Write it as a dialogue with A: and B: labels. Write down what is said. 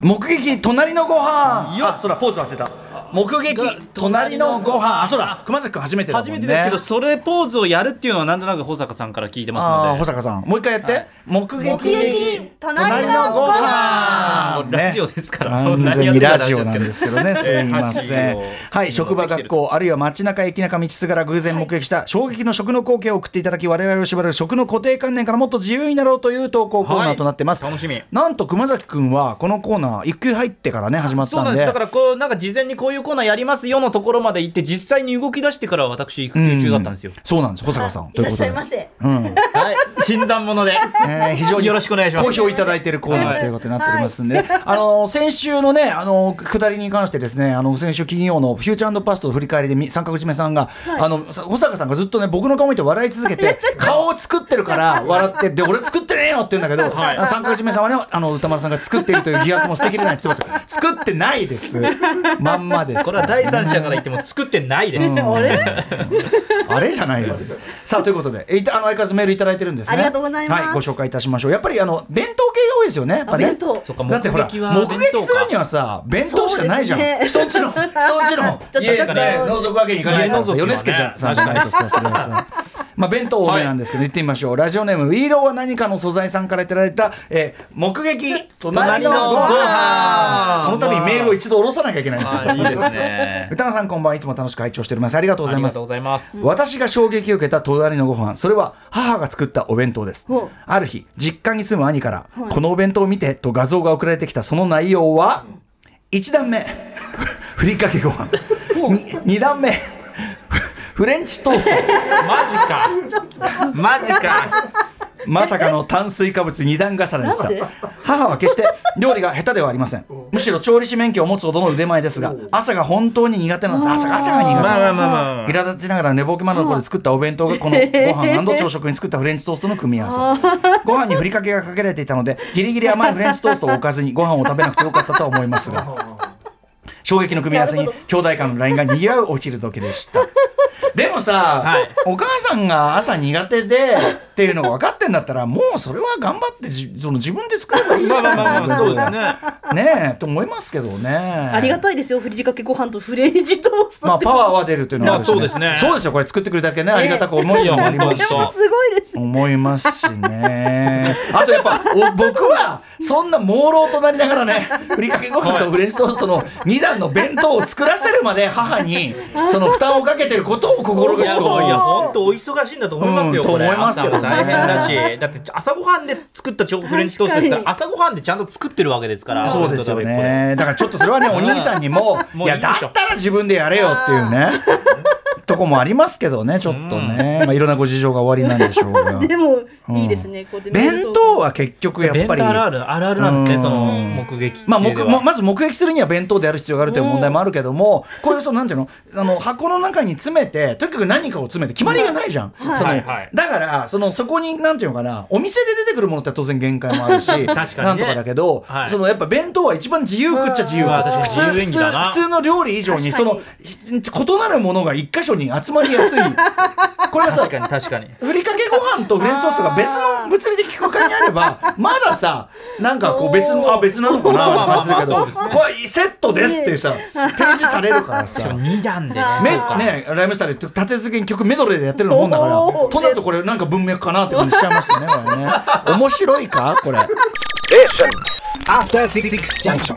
A: 目撃隣のご飯
B: よっ
A: あそうだポーズ忘れた目撃隣のご飯あそうだ熊崎君初めてだもん
B: 初
A: ね
B: めてですけど、それポーズをやるっていうのはなんとなく保坂さんから聞いて
A: ああ
B: ま
A: 保
B: すので
A: 坂さんもう一回やって、目撃
C: 隣のご
B: あー
C: 飯
B: ラジオですから
A: 完全にラジオなんですけ どね、すいませ
B: え
A: ん
B: ー。
A: はい、職場、
B: 走り
A: 学
B: を持
A: 校、あるいは街中、駅中、道すがら偶然目撃した衝撃の食の光景を送っていただき、我々を縛る食の固定観念からもっと自由になろうという投稿コーナーとなってます。
B: はい楽しみ
A: なんと熊崎くんは、このコーナー、一級入ってからね、始まっ
B: そう
A: た
B: なん
A: ん
B: です
A: で
B: だか。らこうなんか事前にこういうコーナーやりますよのところまで行って実際に動き出してから私育休中だったんですよ
A: う、そうなんです、保坂さん。
C: いらっしゃいま
A: という
C: せ
A: ことで。うん。
B: はい新参者で、
A: えー非常に
B: よろしくお願いします
A: 好評いただいているコーナーということになっておりますんで、あの先週のねあの下りに関してですねあの先週金曜のフューチャーパストの振り返りでみ三角締めさんが、あのさ保坂さんがずっとね僕の顔見て笑い続けて顔を作ってるから笑ってで俺作ってねえよって言うんだけど、
B: はい
A: あの三角締めさんはねあの歌丸さんが作っているという疑惑も捨てきれないって言ってました作ってないですまんまです
B: これは第三者から言っても作ってないです、
C: あれ
A: あれじゃないわ。さあということで、えいたあの相変わらずメールいただいてるんですね。
C: ありがとうございます
A: はい、ご紹介いたしましょう。やっぱりあの弁当系が多いですよね。やっぱね
C: あ弁当
B: そうか
A: だってほら
B: 目
A: 目
B: 撃は弁当か
A: 撃するにはさ弁当しかないじゃん。
C: そうです
A: 人
C: ね
A: んちの人んちの
C: ちょっと
A: 家で
C: ちょっと
A: 覗くわけにいかないからさ。
B: 家覗きはね
A: 米助じゃさじゃないとさそれはさ。まあ弁当多めなんですけど、行ってみましょう。ラジオネームウィーローは何かの素材さんからいただいた、えー目撃隣のご
B: 隣のご
A: 飯
B: 飯
A: この度メールを一度下ろさなきゃいけないんですよ。
B: あいいですね
A: 歌野さんこんばんはいつも楽しく拝聴しておりますありがとうご
B: あ
A: ざい
B: り
A: ま
B: が
A: す
B: とうございます
A: 私が衝撃を受けた隣のご飯それは母が作ったお弁当です
C: ほう
A: ある日実家に住む兄から、このお弁当を見て」と画像が送られてきたその内容は1段目ふりかけご飯 2, 段目フレンチトースト
B: マジかマジか
A: まさかの炭水化物2段重ねでした母は決して料理が下手ではありませんむしろ調理師免許を持つほどの腕前ですが朝が本当に苦手なんです朝が朝が苦手
B: まあまあまあまあ、まあ
A: 苛立ちながら寝ぼけまなこで作ったお弁当 がこのご飯朝食に作ったフレンチトーストの組み合わせご飯にふりかけがかけられていたのでギリギリ甘いフレンチトーストを置かずにご飯を食べなくてよかったとは思います が衝撃の組み合わせに兄弟間の LINE が賑わうお昼時でしたでもさ、
B: はい
A: お母さんが朝苦手でっていうのが分かってんだったらもうそれは頑張ってじその自分で作ればいいじゃない
B: まあまあまあそうですね
A: ねえと思いますけどね
C: ありがたいですよふりかけご飯とフレンチトースト
A: まあ
C: って
A: パワーは出るというのはあるし
B: まあそうですね
A: そうですよこれ作ってくるだけねありがたく思いよありま
B: 本
A: すし
B: 当に
C: すごいです
A: 思いますしねあとやっぱお僕はそんな朦朧となりながらねふりかけご飯とフレンチトーストの2段の弁当を作らせるまで母にその負担をかけてることを心苦
B: い
A: し
B: や
A: く思
B: い
A: い
B: や本当お忙しいんだと思いますよ、
A: うん
B: これ
A: と思いますけどね
B: 朝も大変だしだって朝ごはんで作ったチョコフレンチトーストですから
C: 確かに
B: 朝ごはんでちゃんと作ってるわけですから
A: そうですよ
B: 本当だね
A: ねだからちょっとそれ はねお兄さんにも
B: も
A: いう
B: いい
A: や
B: でし
A: だ
B: ょ
A: ったら自分でやれよっていうねとこもありますけどねちょっとね、まあ、いろんなご事情が終わりなんでしょう が
C: でも、
A: ん
C: いいですね、こうやって見る
A: 弁
C: と
A: 当は結局や
B: これ
A: っぱ
B: 弁
A: り
B: 当あるあるあるあるなん
A: うん
B: ですねその目撃
A: まあ、目
B: っていうのは
A: もまず目撃するには弁当である必要があるという問題もあるけども、こういうそのなんていうのあの箱の中に詰めてとにかく何かを詰めて決まりがないじゃん、その
B: はいはい
A: だからそのそこになんていうのかなお店で出てくるものって当然限界もあるし
B: 確かにね
A: なんとかだけど、
B: はい
A: そのやっぱ弁当は一番自由っちゃ自由、
B: うんまあ確かに
A: 普通
B: 自由
A: 普
B: に
A: 通
B: だな
A: 普通の料理以上にそ
C: 確か
A: の
C: に
A: 異なるものが一箇所に集まりやす いこれはさ
B: 確かに確かに
A: ふりかけご飯とフレンチトーストが別の物理的空間にあればまださなんかこう別のあ別なのかな
B: まあまあまあ
A: って
B: そ
A: 感
B: う
A: じ
B: です
A: だけ
B: ね
A: どこれセットですっていうさ提示されるから さ。
B: 2段でね
A: め
B: そうか
A: ね、ライムスターで立て続けに曲メドレーでやってるもんだから
C: おー
A: となるとこれなんか文脈かなって感じしちゃいましたねこれね面白いかこれ
D: After Six Junction.